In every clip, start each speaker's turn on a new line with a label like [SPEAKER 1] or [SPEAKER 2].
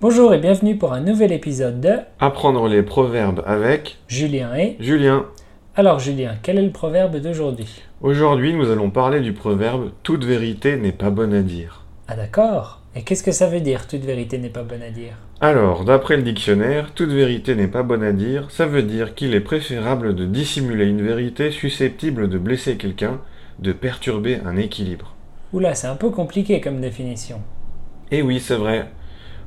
[SPEAKER 1] Bonjour et bienvenue pour un nouvel épisode de
[SPEAKER 2] Apprendre les proverbes avec
[SPEAKER 1] Julien et...
[SPEAKER 2] Julien.
[SPEAKER 1] Alors Julien, quel est le proverbe d'aujourd'hui
[SPEAKER 2] Aujourd'hui, nous allons parler du proverbe Toute vérité n'est pas bonne à dire.
[SPEAKER 1] Ah d'accord Et qu'est-ce que ça veut dire toute vérité n'est pas bonne à dire
[SPEAKER 2] Alors, d'après le dictionnaire, toute vérité n'est pas bonne à dire, ça veut dire qu'il est préférable de dissimuler une vérité susceptible de blesser quelqu'un, de perturber un équilibre.
[SPEAKER 1] Oula, c'est un peu compliqué comme définition.
[SPEAKER 2] Et oui, c'est vrai.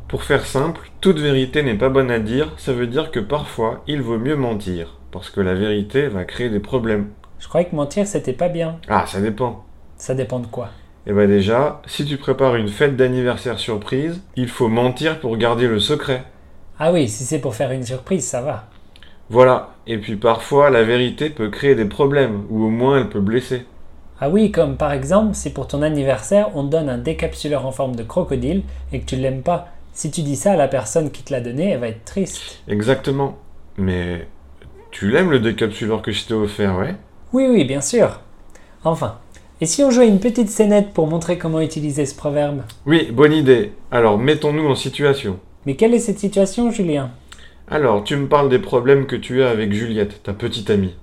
[SPEAKER 2] Pour faire simple, toute vérité n'est pas bonne à dire, ça veut dire que parfois, il vaut mieux mentir, parce que la vérité va créer des problèmes.
[SPEAKER 1] Je croyais que mentir c'était pas bien.
[SPEAKER 2] Ah, ça dépend.
[SPEAKER 1] Ça dépend de quoi
[SPEAKER 2] Eh ben déjà, si tu prépares une fête d'anniversaire surprise, il faut mentir pour garder le secret.
[SPEAKER 1] Ah oui, si c'est pour faire une surprise, ça va.
[SPEAKER 2] Voilà, et puis parfois, la vérité peut créer des problèmes, ou au moins elle peut blesser.
[SPEAKER 1] Ah oui, comme par exemple si pour ton anniversaire on te donne un décapsuleur en forme de crocodile et que tu l'aimes pas. Si tu dis ça à la personne qui te l'a donné, elle va être triste.
[SPEAKER 2] Exactement. Mais tu l'aimes le décapsuleur que je t'ai offert, ouais
[SPEAKER 1] Oui, oui, bien sûr. Enfin, et si on jouait une petite scénette pour montrer comment utiliser ce proverbe
[SPEAKER 2] Oui, bonne idée. Alors, mettons-nous en situation.
[SPEAKER 1] Mais quelle est cette situation, Julien
[SPEAKER 2] Alors, tu me parles des problèmes que tu as avec Juliette, ta petite amie.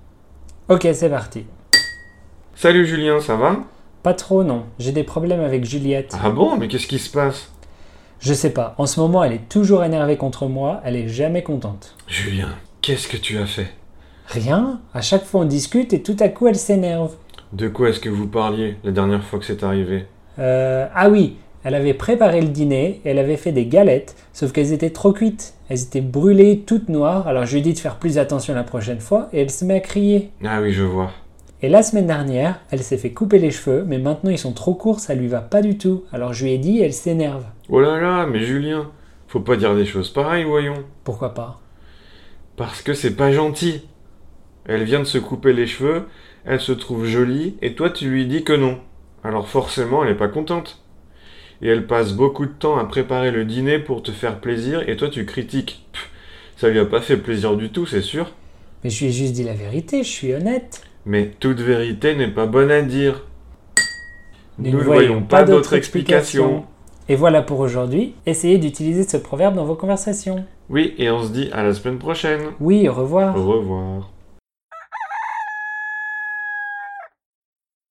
[SPEAKER 1] Ok, c'est parti.
[SPEAKER 2] Salut Julien, ça va
[SPEAKER 1] Pas trop, non. J'ai des problèmes avec Juliette.
[SPEAKER 2] Ah bon, mais qu'est-ce qui se passe
[SPEAKER 1] Je sais pas, en ce moment elle est toujours énervée contre moi, elle est jamais contente.
[SPEAKER 2] Julien, qu'est-ce que tu as fait
[SPEAKER 1] Rien, à chaque fois on discute et tout à coup elle s'énerve.
[SPEAKER 2] De quoi est-ce que vous parliez la dernière fois que c'est arrivé
[SPEAKER 1] Euh, ah oui, elle avait préparé le dîner et elle avait fait des galettes, sauf qu'elles étaient trop cuites. Elles étaient brûlées, toutes noires, alors je lui ai dit de faire plus attention la prochaine fois et elle se met à crier.
[SPEAKER 2] Ah oui, je vois.
[SPEAKER 1] Et la semaine dernière, elle s'est fait couper les cheveux, mais maintenant ils sont trop courts, ça lui va pas du tout. Alors je lui ai dit, et elle s'énerve.
[SPEAKER 2] Oh là là, mais Julien, faut pas dire des choses pareilles, voyons.
[SPEAKER 1] Pourquoi pas
[SPEAKER 2] Parce que c'est pas gentil. Elle vient de se couper les cheveux, elle se trouve jolie, et toi tu lui dis que non. Alors forcément, elle est pas contente. Et elle passe beaucoup de temps à préparer le dîner pour te faire plaisir, et toi tu critiques. Pff, ça lui a pas fait plaisir du tout, c'est sûr.
[SPEAKER 1] Mais je lui ai juste dit la vérité, je suis honnête.
[SPEAKER 2] Mais toute vérité n'est pas bonne à dire.
[SPEAKER 1] Nous ne voyons pas d'autre explication. Et voilà pour aujourd'hui, essayez d'utiliser ce proverbe dans vos conversations.
[SPEAKER 2] Oui, et on se dit à la semaine prochaine.
[SPEAKER 1] Oui, au revoir.
[SPEAKER 2] Au revoir.